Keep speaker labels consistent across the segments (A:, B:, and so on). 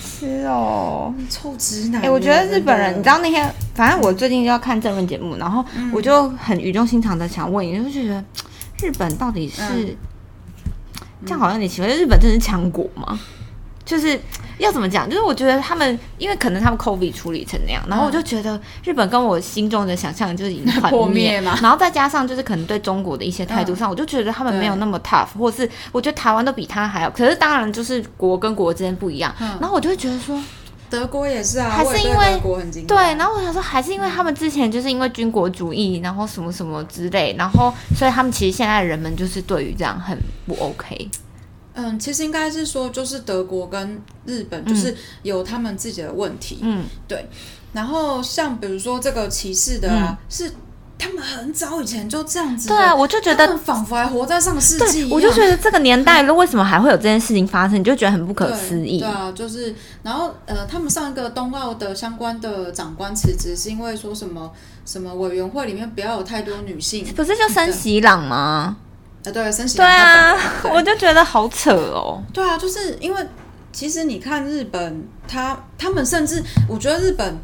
A: 痴哦。
B: 臭直男。
A: 哎、我觉得日本人，你知
B: 道，
A: 道那天，反正我最近就要看政论节目，然后
B: 嗯
A: 我就很语重心长的想问你，就觉得日本到底是、
B: 嗯
A: 这样好像有点奇怪，日本真的是强国吗？就是要怎么讲？就是我觉得他们，因为可能他们 COVID 处理成那样，然后我就觉得日本跟我心中的想象就是已经
B: 破
A: 幻
B: 灭嗯嘛
A: 然后再加上就是可能对中国的一些态度上，我就觉得他们没有那么 tough，或是我觉得台湾都比他还好。可是当然就是国跟国之间不一样，
B: 嗯
A: 然后我就会觉得说，
B: 德国也是啊，
A: 还是
B: 我也对
A: 因为
B: 德国很惊讶
A: 对，然后我想说，还是因为他们之前就是因为军国主义，然后什么什么之类，然后所以他们其实现在的人们就是对于这样很不 OK。
B: 嗯，其实应该是说，就是德国跟日本就是有他们自己的问题，
A: 嗯，
B: 对。然后像比如说这个歧视的啊，是他们很早以前就这样子的，
A: 嗯对啊，我就觉得
B: 他们仿佛还活在上世纪
A: 对，
B: 一样。
A: 我就觉得这个年代为什么还会有这件事情发生，你就觉得很不可
B: 对
A: 思议
B: 对。啊，就是然后呃，他们上一个冬奥的相关的长官辞职，是因为说什么什么委员会里面不要有太多女性，
A: 不是就升息朗吗？
B: 呃，对，申请
A: 对啊，
B: 对
A: 我就觉得好扯哦。
B: 对啊，就是因为其实你看日本，他他们甚至我觉得日本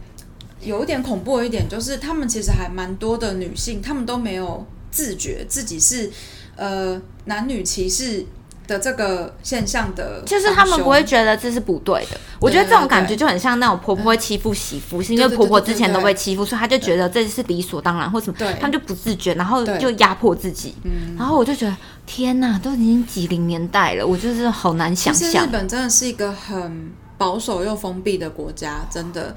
B: 有一点恐怖的一点，就是他们其实还蛮多的女性，他们都没有自觉自己是呃男女歧视的这个现象的帮凶，
A: 就是他们不会觉得这是不对的，我觉得这种感觉就很像那种婆婆会欺负媳妇，是因为
B: 对对
A: 婆婆
B: 对对
A: 之前
B: 对
A: 都被欺负，所以她就觉得这是理所当然或什么
B: 对，嗯
A: 他们就不自觉，然后
B: 对
A: 就压迫自己。然后我就觉得天哪，都已经几零年代了，我就是好难想
B: 其实日
A: 象。
B: 本真的是一个很保守又封闭的国家，真的。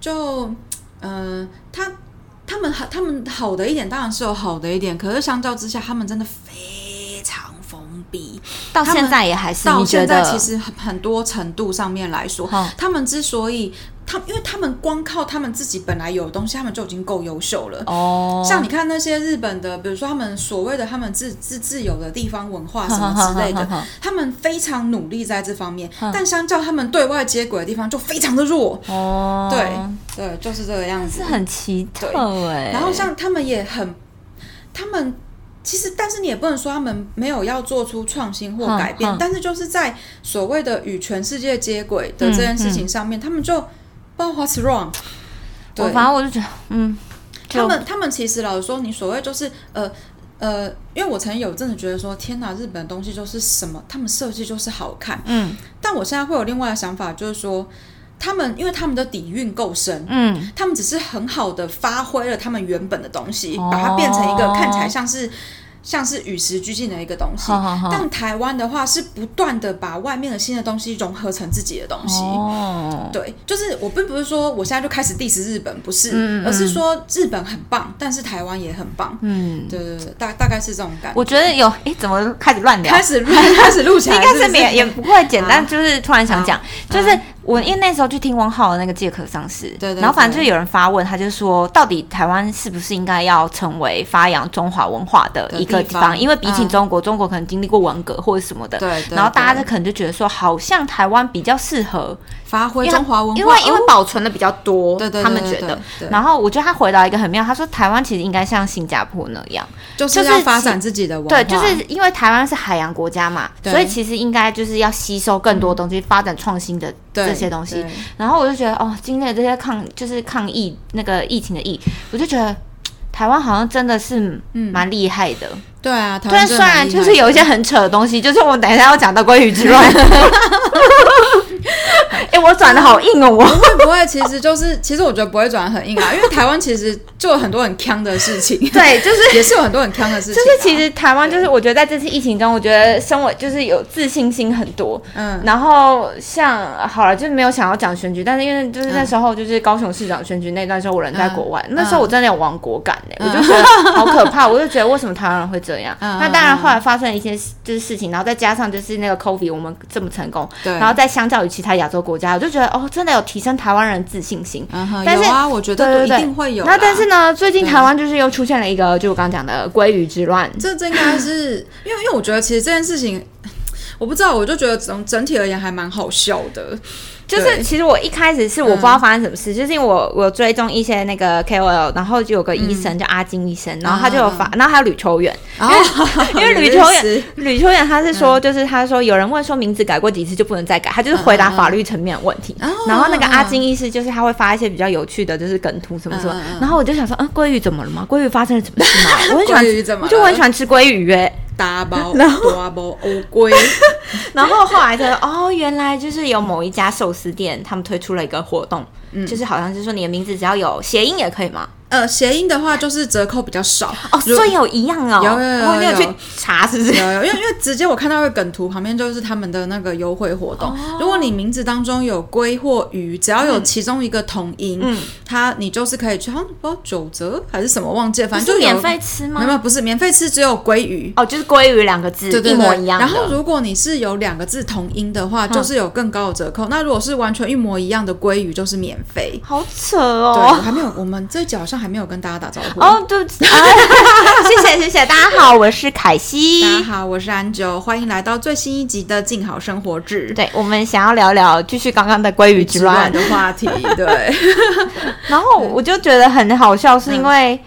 B: 就，嗯、他他们好，他们好的一点当然是有好的一点，可是相较之下，他们真的非常封闭。
A: 到
B: 他们
A: 现在也还是，
B: 到
A: 你觉
B: 现在
A: 得
B: 其实很很多程度上面来说，
A: 嗯
B: 他们之所以他，因为他们光靠他们自己本来有的东西，他们就已经够优秀了。
A: 哦，
B: 像你看那些日本的，比如说他们所谓的他们自自自由的地方文化什么之类
A: 哈哈哈哈
B: 的，他们非常努力在这方面，但相较他们对外接轨的地方就非常的弱。
A: 哦，
B: 对对，就是这个样子
A: 是。很奇特哎、
B: 然后像他们也很，他们其实，但是你也不能说他们没有要做出创新或改变，
A: 嗯嗯
B: 但是就是在所谓的与全世界接轨的这件事情上面，他们就不知道 what's wrong。
A: 我
B: 对。
A: 反正我就觉得，嗯，
B: 他
A: 就
B: 们他们其实老实说，你所谓就是呃呃，因为我曾经有真的觉得说，天哪，日本的东西就是什么，他们设计就是好看。
A: 嗯
B: 但我现在会有另外的想法，就是说，他们因为他们的底蕴够深。
A: 嗯，
B: 他们只是很好的发挥了他们原本的东西，
A: 哦
B: 把它变成一个看起来像是像是与时俱进的一个东西。
A: 好好好，
B: 但台湾的话是不断的把外面的新的东西融合成自己的东西。
A: 哦，
B: 对，就是我并不是说我现在就开始 diss 日本，不是，
A: 嗯嗯
B: 而是说日本很棒，但是台湾也很棒。
A: 嗯，
B: 对对对，大大概是这种感觉。
A: 我觉得有，诶，怎么开始乱聊
B: 开？始录， 开始录起来
A: 应
B: 不，
A: 该是没也不会简单，就是突然想
B: 好
A: 讲，就是我因为那时候去听汪浩的那个《借壳上市》，
B: 对对
A: 然后反正
B: 对
A: 就有人发问，他就说到底台湾是不是应该要成为发扬中华文化的
B: 的
A: 一个
B: 地
A: 地
B: 方
A: 方？因为比起
B: 嗯
A: 中国，中国可能经历过文革或者什么的，
B: 对对
A: 然后大家
B: 对
A: 就可能就觉得说，好像台湾比较适合
B: 发挥
A: 因为
B: 中华文化，
A: 因为因为
B: 哦
A: 保存的比较多，
B: 对对对
A: 他们
B: 对
A: 觉
B: 对
A: 得
B: 对。
A: 然后我觉得他回答一个很妙，他说台湾其实应该像新加坡那样，
B: 就是
A: 就是
B: 要发
A: 其
B: 展自己的文
A: 对，
B: 化，
A: 就是因为台湾是海洋国家嘛，
B: 对
A: 所以其实应该就是要吸收更多东西，发展创新的
B: 对
A: 这些东西
B: 对。
A: 然后我就觉得，哦，经历了这些抗，就是抗疫那个疫情的疫，我就觉得。嘖嗯台湾好像真的是蛮厉害的，
B: 对啊，台
A: 虽然
B: 湾
A: 虽
B: 真的蛮
A: 然
B: 厉
A: 就
B: 害
A: 是
B: 的
A: 有一些很扯的东西，就是我等一下要讲到关于之乱。 哎、我转的好硬哦， 我
B: 不 会不会，其实就是其实我觉得不会转得很硬啊，因为台湾其实就有很多很坑的事情，
A: 对，就是
B: 也是有很多很坑的事情
A: 就
B: 啊，
A: 是其实台湾就是我觉得在这次疫情中，我觉得身为就是有自信心很多。
B: 嗯，
A: 然后像好了，就是没有想要讲选举，但是因为就是那时候就是高雄市长选举那段时候，我人在国外，
B: 嗯
A: 那时候我真的有亡国感呢、欸我就觉 得好可怕，我就觉得为什么台湾人会这样？
B: 嗯
A: 那当然后来发生了一些就是事情，然后再加上就是那个 COVID 我们这么成功，
B: 对，
A: 然后再相较于其他亚洲国家，我就觉得哦，真的有提升台湾人自信心。
B: 嗯哼，
A: 但
B: 有
A: 是
B: 啊，我觉得
A: 对对
B: 一
A: 对
B: 定会有啦，
A: 那但是呢，最近
B: 对
A: 台湾就是又出现了一个，就我刚刚讲的鲑鱼之乱，
B: 这这应该是因为因为我觉得其实这件事情，我不知道，我就觉得整整体而言还蛮好笑的。
A: 就是
B: 对嗯
A: 其实我一开始是我不知道发生什么事，就是因为我我追踪一些那个 KOL，然后就有个医生、叫阿金医生，
B: 嗯
A: 然后他就有
B: 啊
A: 发，然后还有吕秋远，
B: 然后
A: 哦 因为吕秋远，吕秋远他是说，
B: 嗯
A: 就是他说有人问说名字改过几次就不能再改，他就是回答法律层面的问
B: 嗯
A: 题。
B: 哦
A: 然后那个阿金医师就是他会发一些比较有趣的，就是梗图什么什么
B: 嗯嗯。嗯
A: 然后我就想说，嗯，鲑鱼怎么了吗？鲑鱼发生了什么事吗？我很喜
B: 鲑鱼怎
A: 欢，
B: 么
A: 我
B: 了
A: 就我很喜欢吃鲑鱼哎耶。
B: 大包大包欧龟，
A: 然后后来的哦，原来就是有某一家寿司店，他们推出了一个活动，
B: 嗯
A: 就是好像是说你的名字只要有谐音也可以嘛。
B: 呃，谐音的话就是折扣比较少
A: 哦，
B: 如
A: 所以有一样哦。
B: 有有有
A: 哦你有
B: 有
A: 去查是不是？
B: 有有，因为因为直接我看到一个梗图，旁边就是他们的那个优惠活动。
A: 哦
B: 如果你名字当中有龟或鱼，只要有
A: 嗯
B: 其中一个同音，它你就是可以去，好像不知道九折还是什么，忘记了，反正
A: 是
B: 就有
A: 免费吃
B: 没有没
A: 吗？
B: 有不是免费吃，只有鲑鱼。
A: 哦，就是鲑鱼两个字
B: 对对
A: 一
B: 对，
A: 模一样的。
B: 然后如果你是有两个字同音的话，就是有更高的折扣。那如果是完全一模一样的鲑鱼，就是免费。
A: 好扯
B: 对，
A: 哦
B: 我。还没有，我们这一集好像还没有跟大家打招呼。
A: 哦，对不起，啊 谢谢谢谢，大家好，我是凯西。
B: 大家好，我是安九，欢迎来到最新一集的《静好生活志》。
A: 对，我们想要聊聊继续刚刚的鲑鱼之
B: 之乱
A: 乱，
B: 的 话题，对，
A: 然后我就觉得很好笑，是因
B: 嗯
A: 为。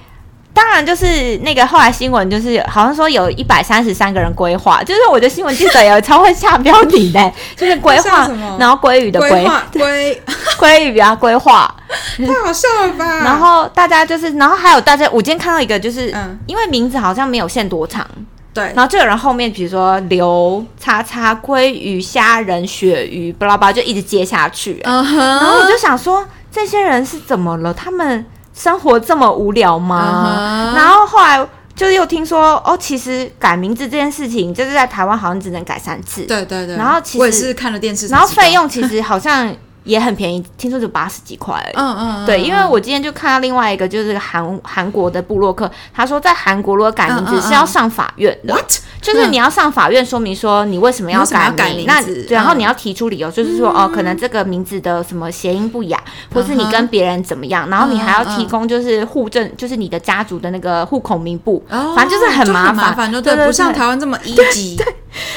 A: 当然，就是那个后来新闻，就是好像说有一百三十三个人规划，就是我觉得新闻记者也超会下标题 的，就是规
B: 像
A: 划
B: 什么，
A: 然后鲑鱼的
B: 规
A: 规，
B: 划嗯规，
A: 鲑鱼啊规划，
B: 太好笑了吧？
A: 然后大家就是，然后还有大家，我今天看到一个，就是、
B: 嗯
A: 因为名字好像没有限多长，
B: 对，
A: 然后就有人后面比如说刘叉叉鲑鱼、虾仁、鳕鱼，巴拉巴拉就一直接下去、欸
B: 嗯哼，
A: 然后我就想说，这些人是怎么了？他们生活这么无聊吗
B: 嗯哼
A: 然后后来就又听说，哦，其实改名字这件事情，就是在台湾好像只能改三次，
B: 对对对，
A: 然后其实
B: 我也是看了电视，
A: 然后费，用其实好像也很便宜，听说就八十几块而已。
B: 嗯嗯，嗯
A: 对，因为我今天就看到另外一个就是韩韩国的部落客，他说在韩国如果改名
B: 嗯
A: 字
B: 嗯
A: 是要上法院的
B: What？
A: 就是你要上法院说明说你为什么
B: 嗯你为什么
A: 改
B: 要
A: 名，
B: 改名
A: 那
B: 字
A: 对然后
B: 嗯
A: 你要提出理由，就是说、哦，可能这个名字的什么谐音不雅，或是你
B: 嗯哼
A: 跟别人怎么样，然后你还要
B: 嗯嗯嗯
A: 提供就是户政，就是你的家族的那个户口名簿，
B: 哦
A: 反正就是
B: 很
A: 麻
B: 烦，就对，
A: 对
B: 不像
A: 对
B: 台湾这么一级。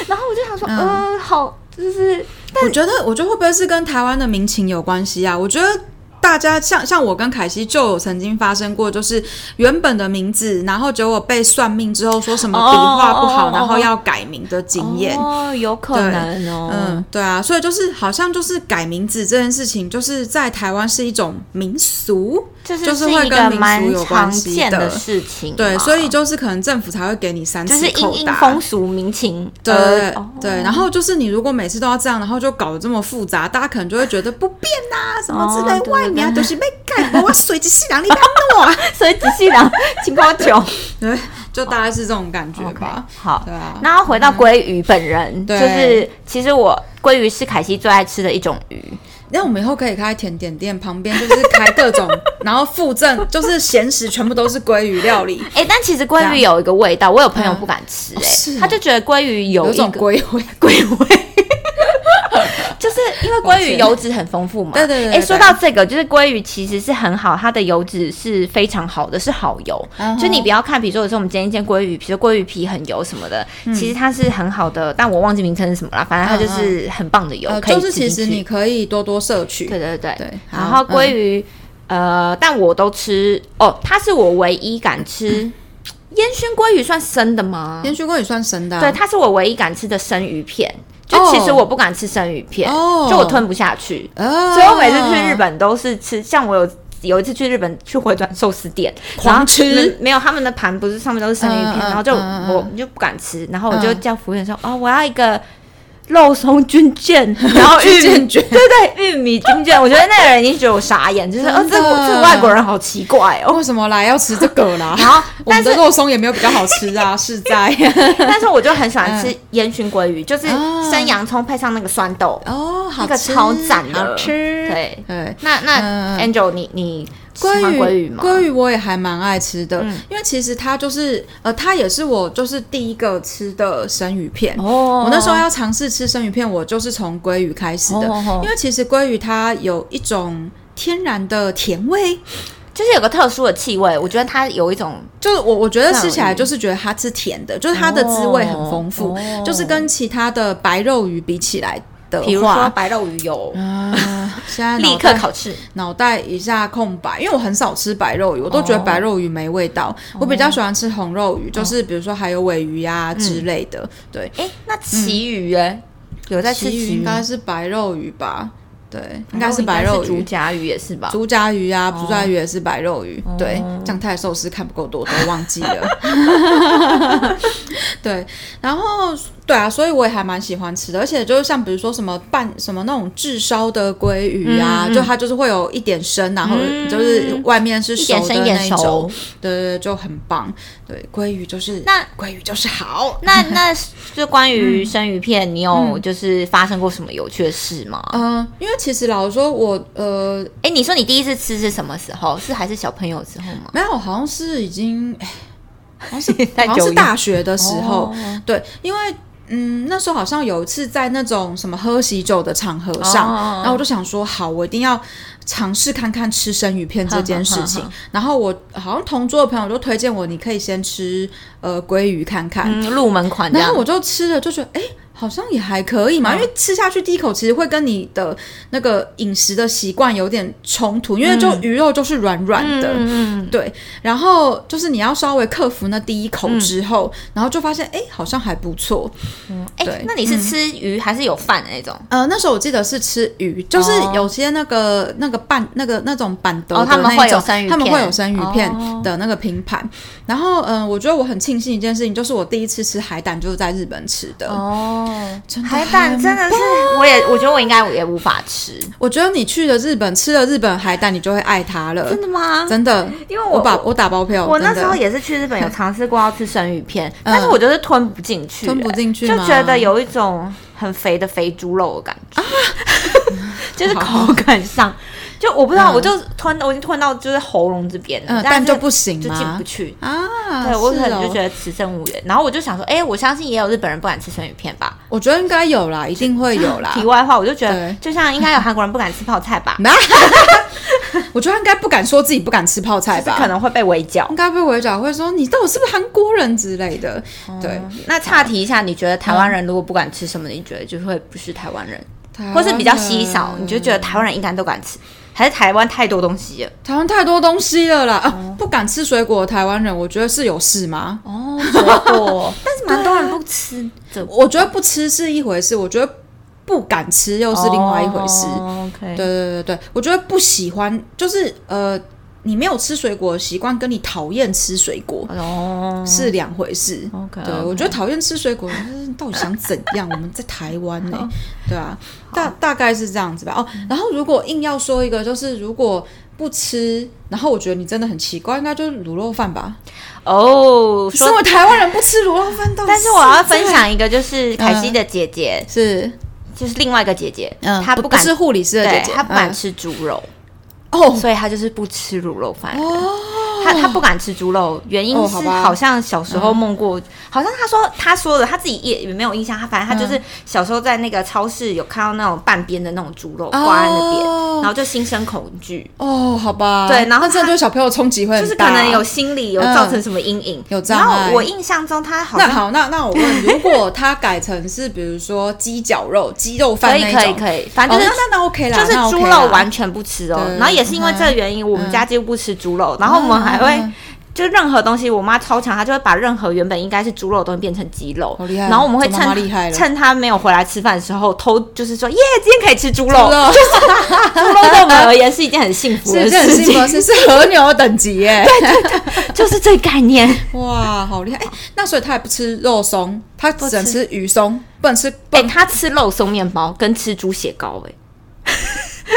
A: 然后我就想说，嗯、
B: 嗯
A: 好，就是
B: 我觉得，我觉得会不会是跟台湾的民情有关系啊？我觉得。大家像像我跟凯西就有曾经发生过，就是原本的名字，然后结果被算命之后说什么笔画不好
A: 哦哦哦哦
B: 然后要改名的经验。
A: 哦，有可
B: 对
A: 能哦，
B: 嗯，对啊，所以就是好像就是改名字这件事情，就是在台湾是一种民俗，
A: 就是
B: 就是是会
A: 一
B: 跟
A: 个
B: 民俗
A: 蛮
B: 有
A: 常
B: 关系
A: 见
B: 的
A: 的事情嘛，
B: 对，所以就是可能政府才会给你三
A: 就
B: 次
A: 是
B: 扣
A: 因应
B: 打。
A: 风俗民情，
B: 对
A: 呃
B: 对
A: 哦
B: 对，然后就是你如果每次都要这样，然后就搞得这么复杂，大家可能就会觉得不变呐、什么之类
A: 哦，对
B: 外面啊
A: 对
B: 就是被改，我水之细囊里面弄啊，
A: 所以仔细量情况九，
B: 对，就大概是这种感觉
A: OK，
B: 吧。
A: 好
B: 对啊，
A: 然后回到鲑鱼本人，就
B: 对
A: 是其实我鲑鱼是凯西最爱吃的一种鱼，
B: 那我们以后可以开甜点店，旁边就是开各种，然后附赠就是咸食，全部都是鲑鱼 料理，
A: 哎，但其实鲑鱼有一个味道，我有朋友不敢吃，
B: 哦
A: 哎，
B: 是哦
A: 他就觉得鲑鱼有
B: 有
A: 一
B: 种
A: 个
B: 鲑味。
A: 鲑味。就是因为鲑鱼油脂很丰富嘛，
B: 对对对对
A: 哎，
B: 对
A: 说到这个，就是鲑鱼其实是很好，它的油脂是非常好的，是好油。
B: 嗯哼
A: 就你不要看，比如说有时候我们煎一煎鲑鱼，比如说鲑鱼皮很油什么的，
B: 嗯
A: 其实它是很好的，但我忘记名称是什么啦，反正它就是很棒的油，
B: 呃，
A: 可以
B: 就是
A: 吃进
B: 其实
A: 去
B: 你可以多多摄取。
A: 对对对
B: 对
A: 然后
B: 好嗯
A: 鲑鱼，呃，但我都吃哦，它是我唯一敢吃烟熏鲑鱼，算生的吗？
B: 嗯烟熏鲑也算神的、啊，
A: 对，它是我唯一敢吃的生鱼片。就
B: 哦
A: 其实我不敢吃生鱼片
B: 哦
A: 就我吞不下去
B: 哦
A: 所以我每次去日本都是吃，像我有。有一次去日本去回转寿司店，
B: 狂
A: 然后
B: 吃
A: 没没有他们的盘不是上面都是生鱼片，
B: 嗯嗯
A: 然后就、
B: 嗯嗯
A: 我
B: 嗯
A: 就不敢吃，然后我就叫服务员说、哦我要一个肉松军 卷，然后玉
B: 军
A: 米
B: 舰卷
A: 对对玉米军卷，我觉得那个人已经觉得我傻眼，就是哦
B: 嗯真的啊
A: 这个这个外国人好奇怪哦，
B: 为什么来要吃这个啦？
A: 然后
B: 我
A: 但
B: 们的
A: 是
B: 肉松也没有比较好吃啊，是在
A: 但是我就很喜欢
B: 嗯
A: 吃烟熏鲑鱼，就是
B: 啊
A: 生洋葱配上那个酸豆，
B: 哦，好
A: 那个
B: 吃
A: 超赞的
B: 好吃，
A: 对
B: 对。
A: 那那
B: 嗯
A: Angel，你你喜欢
B: 鲑鱼，
A: 鲑鱼吗？嗯
B: 鲑鱼我也还蛮爱吃的，因为其实它就是，呃，它也是我就是第一个吃的生鱼片。
A: 哦
B: 我那时候要尝试吃生鱼片，我就是从鲑鱼开始的，
A: 哦哦哦
B: 因为其实鲑鱼它有一种天然的甜味，
A: 就是有个特殊的气味，我觉得它有一种
B: 就是我我觉得吃起来就是觉得它是甜的，就是它的滋味很丰富，
A: 哦哦
B: 就是跟其他的白肉鱼比起来的
A: 比如说
B: 话，
A: 白肉鱼油，
B: 啊， 现在
A: 立
B: 脑
A: 刻
B: 袋
A: 烤翅。
B: 脑袋一下空白，因为我很少吃白肉鱼，我都
A: 哦
B: 觉得白肉鱼没味道，我比较喜欢吃红肉鱼，就是比如说还有尾鱼呀、
A: 嗯
B: 之类的，对。
A: 哎，那旗鱼哎，有在吃
B: 其余
A: 旗
B: 应
A: 鱼，
B: 该是白肉鱼吧？对，应
A: 应
B: 该是白肉
A: 竹
B: 鱼。
A: 夹鱼也是吧？
B: 竹夹鱼啊，
A: 哦
B: 竹夹鱼也是白肉鱼。对，酱太寿司看不够多，都忘记了。 对，然后对啊，所以我也还蛮喜欢吃的，而且就是像比如说什么拌什么那种炙烧的鲑鱼啊，
A: 嗯嗯
B: 就它就是会有一点生，然后
A: 嗯
B: 就是外面是
A: 一
B: 熟
A: 点生
B: 的
A: 一
B: 那
A: 点
B: 一种
A: 熟。。
B: 对对对，就很棒。对，鲑鱼就是
A: 那
B: 鲑鱼就是好。
A: 那那就关于生鱼片，你有就是发生过什么有趣的事吗？
B: 嗯、因为其实老实说我，呃
A: 哎，你说你第一次吃是什么时候？是还是小朋友之后吗？
B: 没有，好像是已经，哎好像是
A: 太
B: 好像
A: 久
B: 是
A: 远
B: 大学的时候，
A: 哦
B: 对，因为嗯，那时候好像有一次在那种什么喝喜酒的场合上，
A: 哦
B: 然后我就想说，好，我一定要尝试看看吃生鱼片这件事 情。
A: 哼哼
B: 然后我好像同桌的朋友就推荐我，你可以先吃呃鲑鱼看看，
A: 嗯，入门款这
B: 然
A: 样
B: 后。我就吃了，就觉得哎。诶好像也还可以嘛，因为吃下去第一口其实会跟你的那个饮食的习惯有点冲突，因为就鱼肉就是软软的，
A: 嗯嗯，
B: 对，然后就是你要稍微克服那第一口之后，然后就发现哎，诶好像还不错。
A: 哎
B: 对，
A: 那你是吃鱼还是有饭的那种？
B: 呃，那时候我记得是吃鱼，就是
A: 哦
B: 有些那个、那个拌那个那种板德
A: 哦
B: 的
A: 他们
B: 那一
A: 会有
B: 种
A: 生鱼
B: 他们会
A: 片
B: 有生鱼
A: 哦
B: 片的那个拼盘。然后嗯、呃我觉得我很庆幸一件事情，就是我第一次吃海胆就是在日本吃的。
A: 哦，
B: 真的
A: 海胆
B: 很
A: 真的是，我也我觉得我应该也无法吃，
B: 我觉得你去了日本吃了日本海胆，你就会爱它了
A: 真，的吗？
B: 真的。
A: 因为
B: 我
A: 我
B: 把我打包票，
A: 我
B: 真
A: 那
B: 的
A: 时候也是去日 本有尝试过要吃生鱼片，但是我就是嗯吞不进去、
B: 吞不进去
A: 就
B: 吗
A: 觉得有一种很肥的肥猪肉的感觉，啊 就是口感上，就我不知道，
B: 嗯
A: 我就吞，我已经吞到就是喉咙这边了，
B: 嗯，
A: 但
B: 但
A: 是
B: 就不行
A: 就进
B: 吗
A: 不？去。
B: 啊，
A: 对，我
B: 是
A: 可能就
B: 哦
A: 觉得此生无缘。然后我就想说，哎、我相信也有日本人不敢吃生鱼片吧。
B: 我觉得应该有啦，一定会有啦。
A: 题外话，我就觉得
B: 对，
A: 就像应该有韩国人不敢吃泡 菜吧，
B: 我觉得他应该不敢说自己不敢吃泡菜
A: 就是
B: 吧，
A: 可能会被围剿
B: 应。该被围剿，会说你到底是不是韩国人之类的。
A: 哦
B: 对，
A: 那岔题一下，你觉得台
B: 嗯
A: 湾人如果不敢吃什么，你觉得就会不是台湾人？
B: 台湾
A: 或是比较稀少，你就觉得台湾人应该都敢吃，还是台湾太多东西了？
B: 台湾太多东西了啦，啊， 不敢吃水果的台湾人，我觉得是有事吗？
A: 哦，水果，但是蛮多人不 吃的，
B: 我觉得不吃是一回事，我觉得不敢吃又是另外一回事。
A: 哦 OK，
B: 对对对对，我觉得不喜欢就是呃，你没有吃水果的习惯，跟你讨厌吃水果
A: 哦
B: 是两回事。
A: ，OK，
B: 对，我觉得讨厌吃水果，你到底想怎 样？我们在台湾呢、
A: 哦
B: 对啊，大大概是这样子吧。哦，
A: 嗯
B: 然后如果硬要说一个，就是如果不吃，然后我觉得你真的很奇怪，应该就是卤肉饭吧。
A: 哦，
B: 身
A: 说，
B: 为台湾人嗯不吃卤肉饭，到底
A: 但是我要分享一个，就是凯西的姐姐，
B: 是，
A: 就是另外一个姐姐，
B: 嗯，
A: 她
B: 不
A: 敢
B: 不是护理师的姐
A: 对
B: 姐，
A: 她不敢
B: 嗯
A: 吃猪肉，
B: 哦，
A: 所以她就是不吃卤肉饭。她她不敢吃猪肉，原因
B: 哦
A: 是
B: 好吧嗯
A: 好像小时候梦过，好像她说她说的，她自己也也没有印象，她反正她
B: 嗯
A: 就是小时候在那个超市有看到那种半边的那种猪肉挂在那边，
B: 哦
A: 然后就心生恐惧，
B: 哦，好吧，
A: 对然后
B: 那这
A: 她
B: 对小朋友冲击会
A: 就
B: 很
A: 是
B: 大啊嗯
A: 可能有心理有造成什么阴影，
B: 有障
A: 然
B: 碍
A: 后我印象中她好
B: 那
A: 像
B: 好，那那我问，如果它改成是比如说鸡脚肉、鸡肉
A: 可
B: 饭
A: 以
B: 那
A: 可以
B: 种，
A: 可以，反正
B: 哦
A: 啊就是
B: 那那那 OK 啦，
A: 就是
B: 那 OK
A: 猪
B: 啦
A: 肉完全不吃哦
B: 对，
A: 然后也是因为这个原因，我们家几乎不吃猪肉，然后我们还会
B: 嗯
A: 就任何东西，我妈超强，她就会把任何原本应该是猪肉的东西变成鸡肉
B: 好，厉害
A: 然后我们会
B: 这妈妈厉害
A: 趁
B: 了
A: 趁她没有回来吃饭的时候偷，就是说耶，今天可以吃猪肉，
B: 了，
A: 猪肉对我们而言是一件很幸福的
B: 是这很
A: 事
B: 幸
A: 情
B: 福，，是是和牛等级耶！
A: 就是这个概念。
B: 哇，好厉害！哎、那所以他也不吃肉松，他只能吃鱼松，不能吃
A: 哎、
B: 笨。
A: 她吃肉松面包跟吃猪血糕、哎。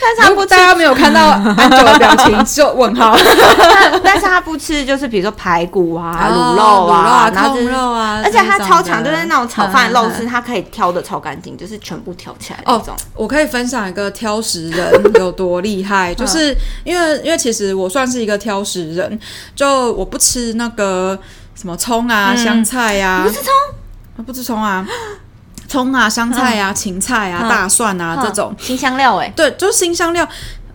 A: 但是她
B: 如
A: 不
B: 果
A: 吃哦
B: 大家没有 看到安九的表情，就问号。
A: 但但是他不吃，就是比如说排骨啊、卤
B: 哦
A: 肉
B: 卤肉啊
A: 然后就是
B: 控肉啊
A: 而且他
B: 这种
A: 超强，就
B: 的
A: 是那种炒饭肉丝，
B: 嗯
A: 他可以挑的超干净，就是全部挑起来的那
B: 哦
A: 种。，
B: 我可以分享一个挑食 人有多厉害，就是
A: 嗯
B: 因为因为其实我算是一个挑食人，就我不吃那个什么葱啊、香菜呀、
A: 嗯不是葱，
B: 啊不吃葱啊、
A: 嗯
B: 葱啊、香菜啊、芹菜啊、大蒜啊这种。欸
A: 新香料哎，
B: 对，就是新香料。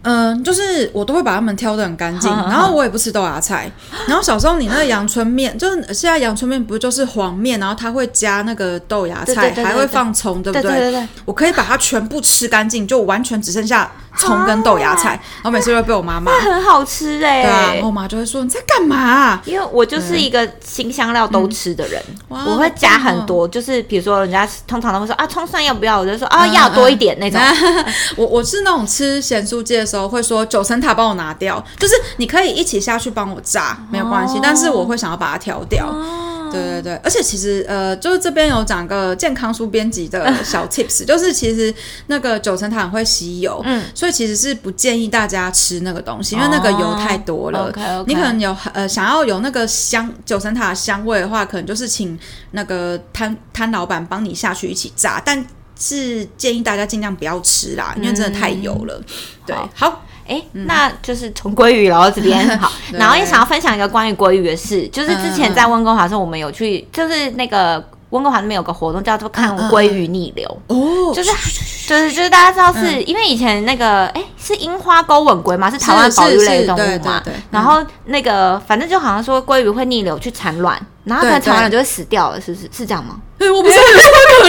B: 嗯、就是我都会把它们挑得很干净，
A: 好好好
B: 然后我也不吃豆芽菜。然后小时候你那个阳春面，就是现在阳春面不就是黄面，然后它会加那个豆芽
A: 对
B: 菜，
A: 对对对
B: 还会放葱，对不
A: 对对对对，
B: 我可以把它全部吃干净，就完全只剩下葱跟豆芽菜。
A: 啊
B: 然后每次都会被我妈骂，
A: 很好吃哎、
B: 对啊，然后我妈就会说你在干嘛啊、
A: 因为我就是一个新香料都吃的人，
B: 嗯哇哦
A: 我会加很。多，就是比如说人家通常都会说啊葱蒜要不要，我就说
B: 嗯
A: 啊要多一点那种。
B: 我我是那种吃咸酥鸡的时候会说九层塔帮我拿掉，就是你可以一起下去帮我炸，没有关系，
A: 哦
B: 但是我会想要把它挑掉。
A: 哦
B: 对对对，而且其实呃，就是这边有讲个健康书编 辑的小 tips，就是其实那个九层塔很会吸油，
A: 嗯，
B: 所以其实是不建议大家吃那个东西，因为那个油太多了。
A: OK，OK
B: 你可能有呃想要有那个香九层塔的香味的话，可能就是请那个摊摊老板帮你下去一起炸，但是建议大家尽量不要吃啦，因为真的太油了。对，
A: 嗯好
B: 好，
A: 哎、那就是从鲑鱼聊到这边 好，
B: 嗯对嗯
A: 然后也想要分享一个关于鲑鱼的事，就是之前在温哥华的时候，我们有去，就是那个温哥华那边有个活动
B: 嗯
A: 叫做看鲑鱼逆流。
B: 哦，
A: 就是就是就是大家知道
B: 嗯
A: 是、因为以前那个哎、是樱花钩吻鲑吗？是台湾
B: 是
A: 保育
B: 是
A: 类
B: 是
A: 动
B: 对
A: 物嘛？
B: 对对嗯
A: 然后那个反正就好像说鲑鱼会逆流去产卵，然后可能
B: 对
A: 产完
B: 对
A: 卵就会死掉了，是不是？是这样吗？
B: 哎、我不是很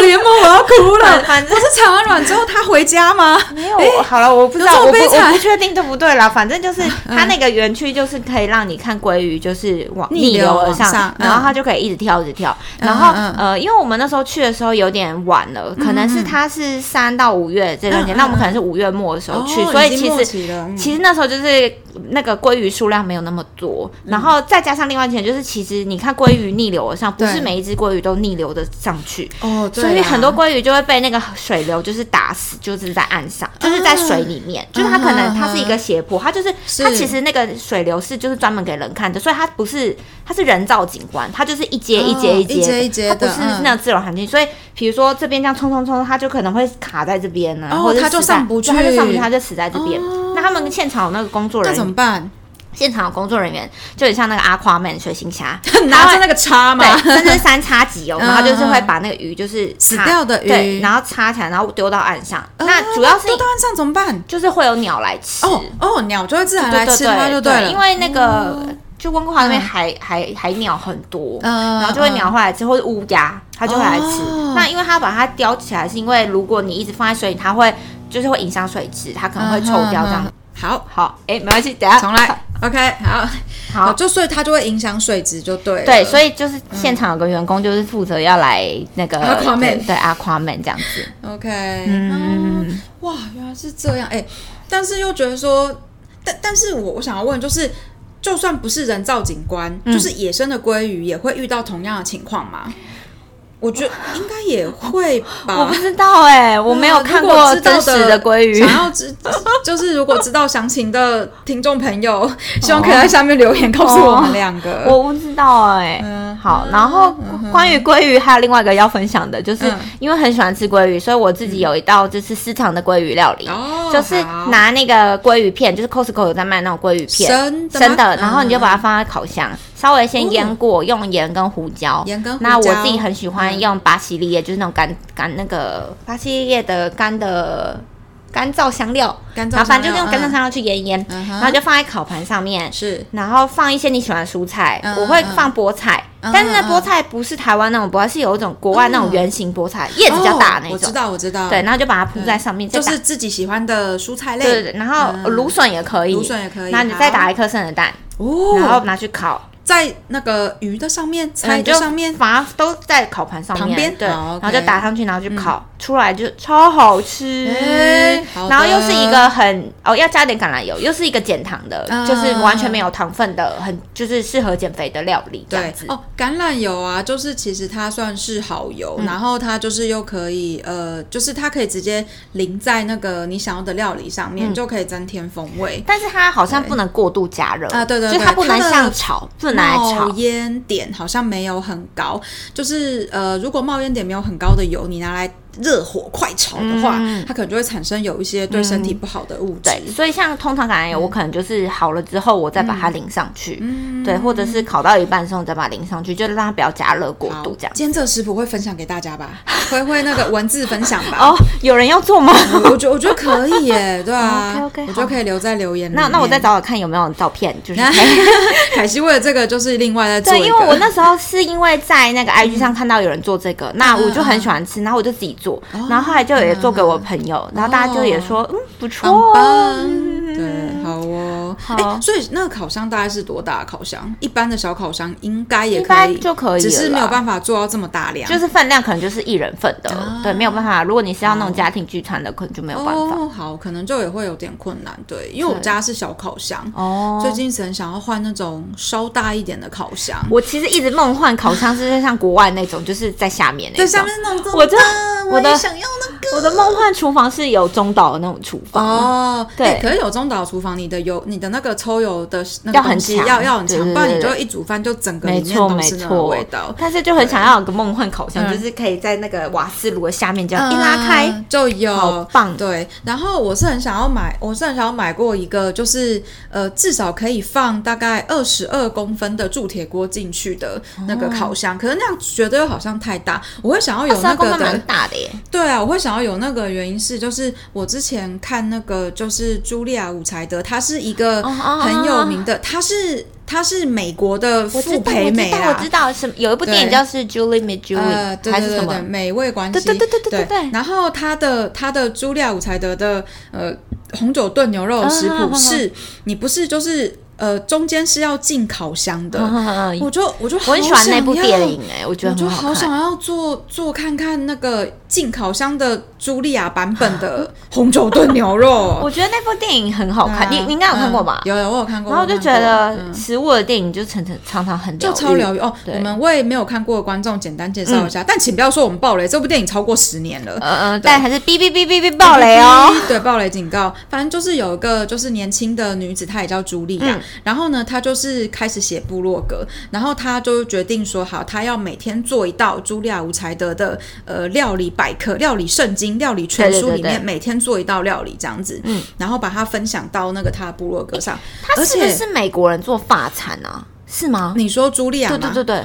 B: 可怜吗？我要哭了。
A: 反
B: 我
A: 正
B: 是产完卵之后他回家吗？
A: 没有，哎好了，我不知
B: 有
A: 道，
B: 这
A: 我
B: 么
A: 不
B: 悲
A: 我
B: 惨嗯
A: 不确定对不对啦。反正就是它那个园区就是可以让你看鲑鱼，就是往
B: 逆
A: 逆
B: 流
A: 流而
B: 往上
A: 然后
B: 嗯
A: 它就可以一直跳，一直跳。
B: 嗯
A: 然后
B: 嗯嗯
A: 呃，因为我们那时候去的时候有点晚了，可能是它是三到五月这段时间，
B: 嗯嗯
A: 那我们可能是五月末的时候去，
B: 哦
A: 所以
B: 已经
A: 其
B: 末
A: 实。
B: 期了嗯
A: 其实那时候就是那个鲑鱼数量没有那么多，然后再加上另外一点就是，其实你看鲑鱼逆流而上，不是
B: 嗯对
A: 每一只鲑鱼都逆流的上去，
B: 哦，对
A: 所以
B: 啦
A: 很多鲑鱼就会被那个水流就是打死，就是在岸上，
B: 啊
A: 就是在水里面，就是它可能它是一个斜坡，它就是
B: 是
A: 它其实那个水流是就是专门给人看的，所以它不是它是人造景观，它就是一阶
B: 哦
A: 一阶
B: 一
A: 阶
B: 阶一阶
A: 它
B: 的
A: 不是
B: 嗯
A: 那种自然环境，所以比如说这边这样冲冲冲，它就可能会卡在这边呢，
B: 哦
A: 或者
B: 它就
A: 死在
B: 上不
A: 对它就上不去，
B: 去
A: 它就死在这边
B: 哦。
A: 那他们现场有那个工作
B: 那
A: 人
B: 怎
A: 员，
B: 么办？
A: 现场有工作人员就很像那个阿夸 man 水行侠，
B: 拿
A: 他
B: 着
A: 会
B: 那个叉嘛，
A: 对， 甚至三叉戟哦，
B: 嗯
A: 然后就是会把那个鱼就是插
B: 死掉的鱼
A: 对，然后插起来，然后丢到岸上。
B: 啊
A: 那主要是
B: 丢到岸上怎么办？
A: 就是会有鸟来吃，
B: 哦哦，鸟就会自然
A: 对
B: 来
A: 对
B: 吃它就
A: 对
B: 了，
A: 因为那个就温哥华那边
B: 嗯
A: 海海海鸟很多，
B: 嗯
A: 然后就会鸟会来吃，或者乌鸦它就会来吃
B: 哦。
A: 那因为它把它叼起来，是因为如果你一直放在水里，它会就是会影响水质，它可能会臭掉这样
B: 嗯。好，
A: 好，哎，没关系，等一下
B: 重来。，OK，好，
A: 好，
B: 就所以它就会影响水质，就对了。
A: 对，所以就是现场有个员工就是负责要来那个
B: Aquaman
A: 对对 Aquaman 这样子，
B: OK，
A: 嗯
B: 嗯，哇，原来是这样，哎、但是又觉得说，但但是我我想要问，就是就算不是人造景观，
A: 嗯
B: 就是野生的鲑鱼也会遇到同样的情况吗？我觉得应该也会吧。
A: 我不知道哎、 我没有看
B: 嗯如果
A: 过
B: 知道
A: 真实的鲑鱼
B: 想。要知 就是如果知道详情的听众朋友，希望可以在下面留言告诉我们两个。
A: 哦 我不知道哎、
B: 嗯
A: 好，然后关于鲑鱼还有另外一个要分享的，就是
B: 嗯
A: 因为很喜欢吃鲑鱼，所以我自己有一道就是私藏的鲑鱼料理，
B: 哦
A: 就是
B: 好
A: 拿那个鲑鱼片，就是 Costco 有在卖那种鲑鱼片，
B: 生的吗
A: 生的，然后你就
B: 嗯哦
A: 把它放在烤箱，稍微先腌过，用盐跟胡椒。
B: 盐跟胡椒
A: 那我自己很喜欢用巴西利叶，就是那种干干那个巴西利叶的干的干燥香料，
B: 干燥
A: 然后反正就
B: 香料
A: 用干燥
B: 嗯
A: 香料去腌腌，
B: 嗯哼
A: 然后就放在烤盘上面。
B: 是
A: 然后放一些你喜欢的蔬菜，
B: 嗯
A: 我会
B: 嗯
A: 放菠菜，
B: 嗯
A: 但是那
B: 嗯
A: 菠菜不是台湾那种菠菜，是有一种国外那种
B: 嗯
A: 圆形菠菜，叶子比较大
B: 哦
A: 那
B: 我
A: 种
B: 知。道，我知道，
A: 对，然后就把它铺在上面，再
B: 就
A: 打
B: 是自己喜欢的蔬菜类。
A: 对对对，然后
B: 嗯
A: 芦笋也可以，
B: 芦笋也可以
A: 那你
B: 好
A: 再打一颗生的蛋，
B: 哦，
A: 然后拿去烤，
B: 在那个鱼的上面，
A: 嗯
B: 菜
A: 就
B: 的上面，
A: 把它都在烤盘上面，
B: 旁边
A: 对，
B: 好
A: 然后就
B: OK
A: 打上去，然后就烤、出来就超好吃，
B: 哎好的
A: 然后又是一个很哦要加点橄榄油，又是一个减糖的，
B: 嗯
A: 就是完全没有糖分的，很就是适合减肥的料理这样
B: 对
A: 子。
B: 哦，橄榄油啊，就是其实它算是好油，
A: 嗯
B: 然后它就是又可以呃，就是它可以直接淋在那个你想要的料理上
A: 嗯
B: 面，就可以增添风味。
A: 但是它好像不能过度加热
B: 啊对对
A: 就
B: 对
A: 它不能
B: 它的
A: 像炒，不能拿来
B: 冒
A: 炒，
B: 烟点好像没有很高，就是呃，如果冒烟点没有很高的油，你拿来热火快炒的话，
A: 嗯
B: 它可能就会产生有一些对身体不好的物质。
A: 对，所以像通常橄榄油，我可能就是好了之后，我再把它淋上去，
B: 嗯
A: 对，或者是烤到一半的时候你再把它淋上去，就让它不要加热过
B: 好
A: 度这样。
B: 今天这个食谱会分享给大 家吧，会会那个文字分享吧。
A: 哦，有人要做吗？
B: 我我觉我觉得可 以耶，对啊
A: OK，OK，
B: 我觉得
A: 好
B: 可以留在留言里
A: 那那我再
B: 面。
A: 找找看有没有照片，就是
B: 凯西为了这个就是另外再做
A: 对，
B: 一个，嗯
A: 因为我那时候是因为在那个 IG 上看到有人做这个，那我就很喜欢吃，然后我就自己做，
B: 哦
A: 然后后来就也做给我朋友，然后大家就也说嗯不错
B: 棒
A: 哦
B: 哦棒，，对，好哦。
A: 好
B: 哎，所以那个烤箱大概是多大的烤箱？一般的小烤箱应该也
A: 一
B: 可
A: 般
B: 以，
A: 就可以了
B: 只
A: 啦，
B: 是没有办法做到这么大量，
A: 就是分量可能就是一人份的，
B: 啊
A: 对，没有办法。如果你是要那种家庭聚餐的，可能就没有办法。
B: 哦，好，可能就也会有点困难，对，因为我
A: 对
B: 家是小烤箱，
A: 哦，
B: 最近很想要换那种稍大一点的烤箱，
A: 我其实一直梦幻烤箱是像国外那种，就是在下面那种。
B: 对，上面那种这么
A: 我的
B: 大
A: 我的
B: 也想要那个。
A: 我的梦幻厨房是有中岛的那种厨房。
B: 哦，
A: 对
B: 哎可是有中岛厨房，你的油、你的那个抽油的那个
A: 要很
B: 东西
A: 强
B: 要要很
A: 对
B: 强，
A: 对
B: 不然
A: 对
B: 你
A: 对
B: 就一煮饭就整个里
A: 没
B: 面
A: 错
B: 都
A: 没
B: 是那个
A: 错
B: 味道，。
A: 但是就很想要有个梦幻烤箱，
B: 嗯
A: 就是可以在那个瓦斯炉的下面这样一拉开，
B: 嗯就有，
A: 好棒
B: 对，然后我是很想要买，我是很想要买过一个，就是呃，至少可以放大概二十二公分的铸铁锅进去的那个烤箱，可是那样觉得又好像太大，我会想要有
A: 哦二十
B: 那
A: 二公
B: 个
A: 分蛮
B: 的，
A: 大的耶。
B: 对啊，我会想要有那个原因是，就是我之前看那个就是茱莉亚·伍柴德，她是一个
A: 哦哦哦
B: 很有名的，她是她是美国的
A: 我知
B: 傅
A: 道，
B: 培
A: 我
B: 美啊
A: 知道，我知。道，
B: 啦
A: 什么有一部电影
B: 对
A: 叫是 Julie m e Julie，、
B: 呃，对
A: 还
B: 对
A: 是
B: 对
A: 什
B: 对
A: 么
B: 对，？美味关系，
A: 对对对对对对对
B: 然后他的他的茱莉亚·伍柴德的呃红酒炖牛肉的食
A: 啊啊啊
B: 谱
A: 啊
B: 是，你不是就是呃中间是要进烤箱的，
A: 嗯
B: 我就我就
A: 我
B: 好
A: 很喜欢那部
B: 想
A: 电
B: 要
A: 影哎、我觉
B: 我
A: 得
B: 就
A: 很
B: 好
A: 看。
B: 想要做做看看那个进烤箱的茱莉亚版 本的红酒炖牛肉，
A: 我觉得那部电影很好看，
B: 啊
A: 你你应该有看过吧？
B: 嗯有有，我有看过。
A: 然后就
B: 我有
A: 觉
B: 看过
A: 得
B: 嗯
A: 食物的电影就常常常常很
B: 就超
A: 疗
B: 疗
A: 愈。
B: 愈哦。
A: 对
B: 我们为没有看过的观众简单介绍一下，但请不要说我们暴雷，这部电影超过十年了。
A: 嗯嗯，但还是哔哔哔哔哔爆雷哦。！
B: 对，暴雷警告。反正就是有一个就是年轻的女子，她也叫茱莉
A: 嗯
B: 亚。然后呢，她就是开始写部落格，然后她就决定说，好，她要每天做一道茱莉亚·伍柴德的呃料理百科、料理圣经、料理全书
A: 对对对
B: 里面
A: 对
B: 每天做一道料理这样子。
A: 嗯，
B: 然后把它分享到那个她的部落格上。
A: 他
B: 而
A: 是不
B: 且
A: 是美国人做法餐啊？是吗？
B: 你啊说茱莉亚
A: 对
B: 吗？
A: 对对对，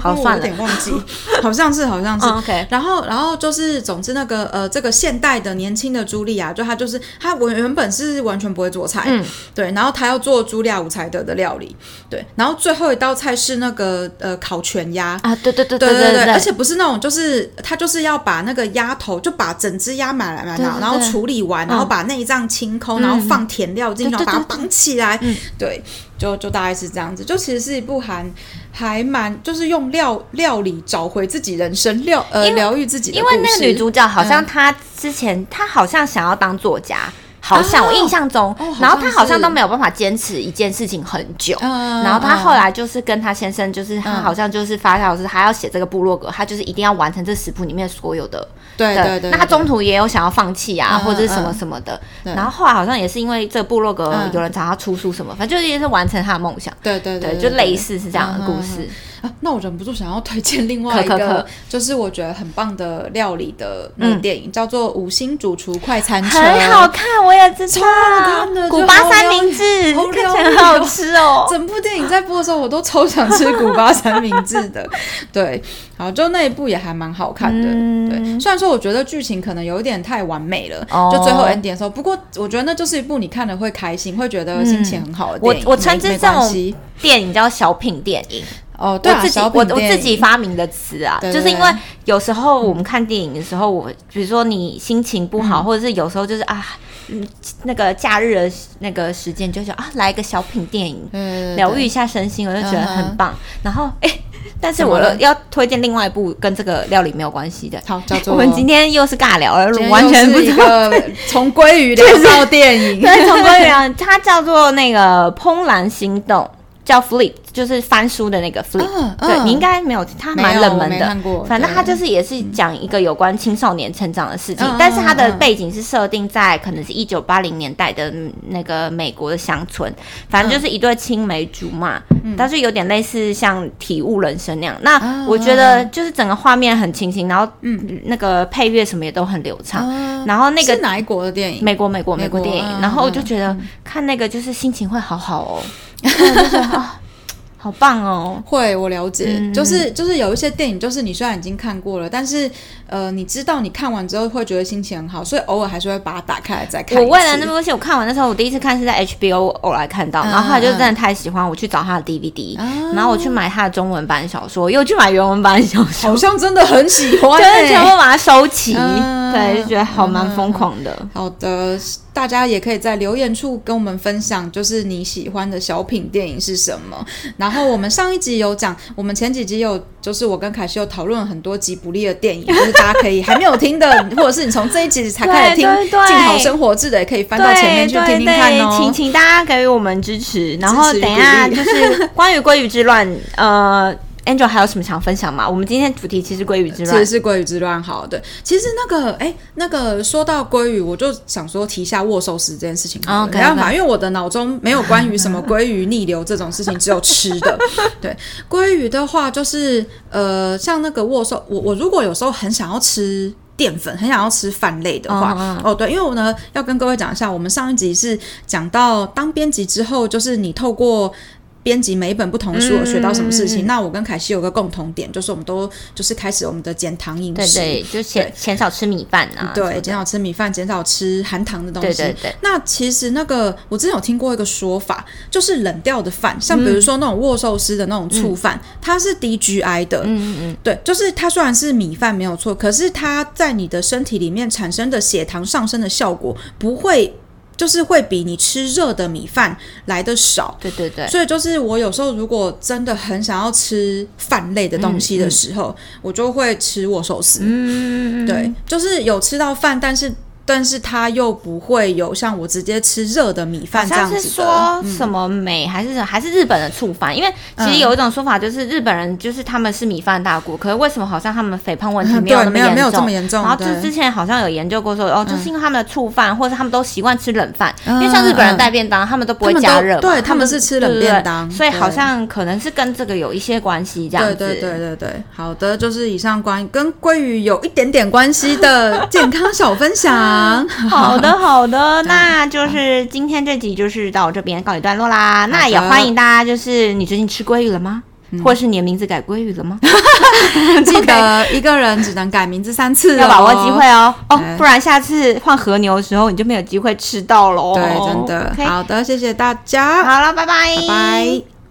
A: 好
B: 糟糕我
A: 算
B: 有
A: 了
B: 点忘记， 哦好像是，好像是。
A: 嗯，OK，
B: 然后，然后就是，总之那个呃，这个现代的年轻的茱莉啊亚，就她就是她，我原本是完全不会做菜，
A: 嗯，
B: 对，然后她要做茱莉亚伍柴德的料理，对，然后最后一道菜是那个呃烤全鸭。
A: 啊，对对对
B: 对
A: 对
B: 对，
A: 对，
B: 而且不是那种，就是她就是要把那个鸭头，就把整只鸭买来买
A: 对
B: 来，
A: 对
B: 然后
A: 对
B: 处理完，然后把内脏清空，然后放填料进去，
A: 对
B: 然后
A: 对
B: 把它
A: 对对嗯
B: 绑起来，对，就就大概是这样子。就其实是一部还还蛮，就是用料料理找回自己人生，料呃
A: 因为
B: 疗愈自己的
A: 因
B: 故事。
A: 为那个女主角好像她之前她好像想要当作家。好像
B: 哦
A: 我印象中
B: 哦，
A: 然后
B: 好像
A: 她好像
B: 是
A: 都没有办法坚持一件事情很久，
B: 嗯，嗯
A: 然后她
B: 嗯
A: 后来就是跟她先生，就是她
B: 嗯
A: 好像就是发酵是她要写这个部落格，她就是一定要完成这食谱里面所有的
B: 对
A: 的
B: 对对，
A: 那他
B: 对
A: 中途也有想要放弃啊，
B: 嗯
A: 或者是什么
B: 嗯
A: 什么的。
B: 对
A: 然后后来好像也是因为这部落格
B: 嗯
A: 有人找他出书什么，反正就是也是完成他的梦想。
B: 对对
A: 对，
B: 对，
A: 就类
B: 似。
A: 似是这样的故
B: 嗯
A: 事。
B: 啊，那我忍不住想要推荐另外一
A: 可
B: 个，
A: 可可
B: 就是我觉得很棒的料理的那个电影，叫做《五星主厨快餐车》，
A: 很好看，我也知
B: 超好
A: 道
B: 看的，
A: 古
B: 就
A: 巴
B: 好
A: 三
B: 疗
A: 明
B: 愈
A: 治
B: 好
A: 看起来
B: 疗
A: 很
B: 愈
A: 好
B: 哦
A: 吃哦。
B: 整部电影在播的时候，我都超想吃古巴三明治 的。对，好，就那一部也还蛮好看的。
A: 嗯
B: 对，虽然说我觉得剧情可能有一点太完美了，
A: 哦
B: 就最后 ending 的时候，不过我觉得那就是一部你看了会开心，会觉得心情很好的
A: 我
B: 电影。
A: 我称之
B: 没
A: 这
B: 没关
A: 种
B: 系
A: 电影叫小品电影，
B: 哦，对
A: 我
B: 啊，
A: 自己
B: 小
A: 我
B: 品
A: 我
B: 电
A: 自
B: 影
A: 己发明的词啊，
B: 对
A: 就
B: 对
A: 是因
B: 对
A: 为有时候我们看电影的时候，我比如说你心情不好，或者是有时候就是啊，嗯，那个假日的那个时间，就想啊，来一个小品电影，
B: 对对对
A: 疗愈一下身心，我就觉得
B: 嗯
A: 很
B: 哼
A: 棒。然后哎、但是
B: 怎么
A: 我
B: 了
A: 要推荐另外一部跟这个料理没有关系的。
B: 好叫 做
A: 我们今天又是尬聊了，
B: 今天
A: 完全
B: 又
A: 不
B: 是
A: 知
B: 一
A: 道。
B: 个从鲑 鱼聊到电影。
A: 对，从归于良，它叫做那个《怦然心动》。叫 Flip，就是翻书的那个 Flip，、
B: 嗯
A: 对
B: 嗯
A: 你应该没有，它
B: 没
A: 蛮
B: 有
A: 冷
B: 我
A: 门
B: 没
A: 的
B: 看过。
A: 反正
B: 对
A: 它就是也是讲一个有关青少年成长的事情，
B: 嗯
A: 但是它的
B: 嗯嗯
A: 背景是设定在可能是一九八零年代的嗯那个美国的乡村，反正就是一对青梅竹马，
B: 嗯
A: 但是有点类似像体悟人生那样。那
B: 啊
A: 我觉得就是整个画面很清新，然后
B: 嗯
A: 那个配乐什么也都很流畅，
B: 啊
A: 然后那个
B: 是哪一国的电影？
A: 美国，美国，美
B: 美
A: 国
B: 国
A: 电影。
B: 嗯
A: 然后我就觉得看那个就是心情会好好哦，然后我就觉得啊，好棒哦。
B: 会，我了解，
A: 嗯
B: 就是就是有一些电影，就是你虽然已经看过了，但是呃，你知道你看完之后会觉得心情很好，所以偶尔还是会把它打开来 再看一
A: 我
B: 次。
A: 为了那部戏，我看完的时候，我第一次看是在 HBO 偶来看到，
B: 嗯
A: 然后后来就真的太喜欢，我去找他的 DVD，、
B: 啊
A: 然后我去买他的中文版小说，又去买原文版小说，
B: 好像真的很喜欢、
A: 就是全
B: 欸。
A: 部把它收齐，
B: 嗯
A: 对，就觉得好蛮疯狂的。
B: 好的，大家也可以在留言处跟我们分享，就是你喜欢的小品电影是什么。然后我们上一集有讲，我们前几集有，就是我跟凯西有讨论了很多吉卜力的电影，就是大家可以还没有听的，或者是你从这一集才开始听
A: 对对对
B: 《静好生活志》的，也可以翻到前面去
A: 对
B: 听听看
A: 对
B: 哦。
A: 对请请大家给予我们支持，然后等一下
B: 支
A: 就
B: 持
A: 是关于《鲑鱼之乱》，呃，Angel 还有什么想分享吗？我们今天主题其实《鲑鱼之
B: 其
A: 乱
B: 实》，是鲑鱼之乱，好对。其实那个，哎、那个说到鲑鱼，我就想说提一下握寿司这件事情好了。
A: OK，
B: 没办法，因为我的脑中没有关于什么鲑鱼 逆流这种事情，只有吃 的。对，鲑鱼的话，就是呃，像那个握寿，我我如果有时候很想要吃。淀粉很想要吃饭类的话，
A: 嗯嗯
B: 哦对，因为我呢要跟各位讲一下，我们上一集是讲到当编辑之后，就是你透过编辑每一本不同的书有学到什么事
A: 嗯
B: 情。那我跟凯西有个共同点，就是我们都就是开始我们的减糖饮
A: 对
B: 食，
A: 对，就减减少吃米饭啊，
B: 对减少吃米饭，减少吃含糖的东
A: 对
B: 西。
A: 对对，
B: 那其实那个我之前有听过一个说法，就是冷掉的饭，像比
A: 嗯
B: 如说那种握寿司的那种醋饭，它是低 GI 的，
A: 嗯嗯嗯。
B: 对，就是它虽然是米饭没有错，可是它在你的身体里面产生的血糖上升的效果不会，就是会比你吃热的米饭来的少。
A: 对对对，
B: 所以就是我有时候如果真的很想要吃饭类的东西的时候，我就会吃握寿司。
A: 嗯，
B: 对，就是有吃到饭，但是但是它又不会有像我直接吃热的米
A: 好
B: 饭这样
A: 像
B: 子
A: 是
B: 的。嗯
A: 说什么美还是什么还是日本的醋饭，因为其实有一种说法就是日本人就是他们是米饭大国，可是为什么好像他们肥胖问题
B: 嗯
A: 没有 那
B: 对
A: 么
B: 没有
A: 严
B: 没有这
A: 重
B: 么？严重，
A: 然后就
B: 对
A: 之前好像有研究过说，哦，就是因为他们的醋饭，或者他们都习惯吃冷饭，因
B: 嗯
A: 为像日本人带便当，他们都不会加热嘛，
B: 他们都对
A: 他
B: 他们是吃冷便当
A: 对对对所以
B: 对
A: 好像可能是跟这个有一些关系，这样子。
B: 对对对对对，好的，就是以上关跟鲑鱼有一点点关系的健康小 分享。
A: 好的，好
B: 嗯
A: 的，那就是今天这集就是到这边告一段落啦。那也欢迎大家，就是你最近吃鲑鱼了吗？
B: 嗯
A: 或是你的名字改鲑鱼了吗？
B: 记得一个人只能改名字三次、哦，
A: 要把握机会。哦，哦
B: 哎，
A: 不然下次换和牛的时候你就没有机会吃到喽。哦
B: 哦对，真的。
A: OK，
B: 好的，谢谢大家，
A: 好了，拜拜，
B: 拜拜。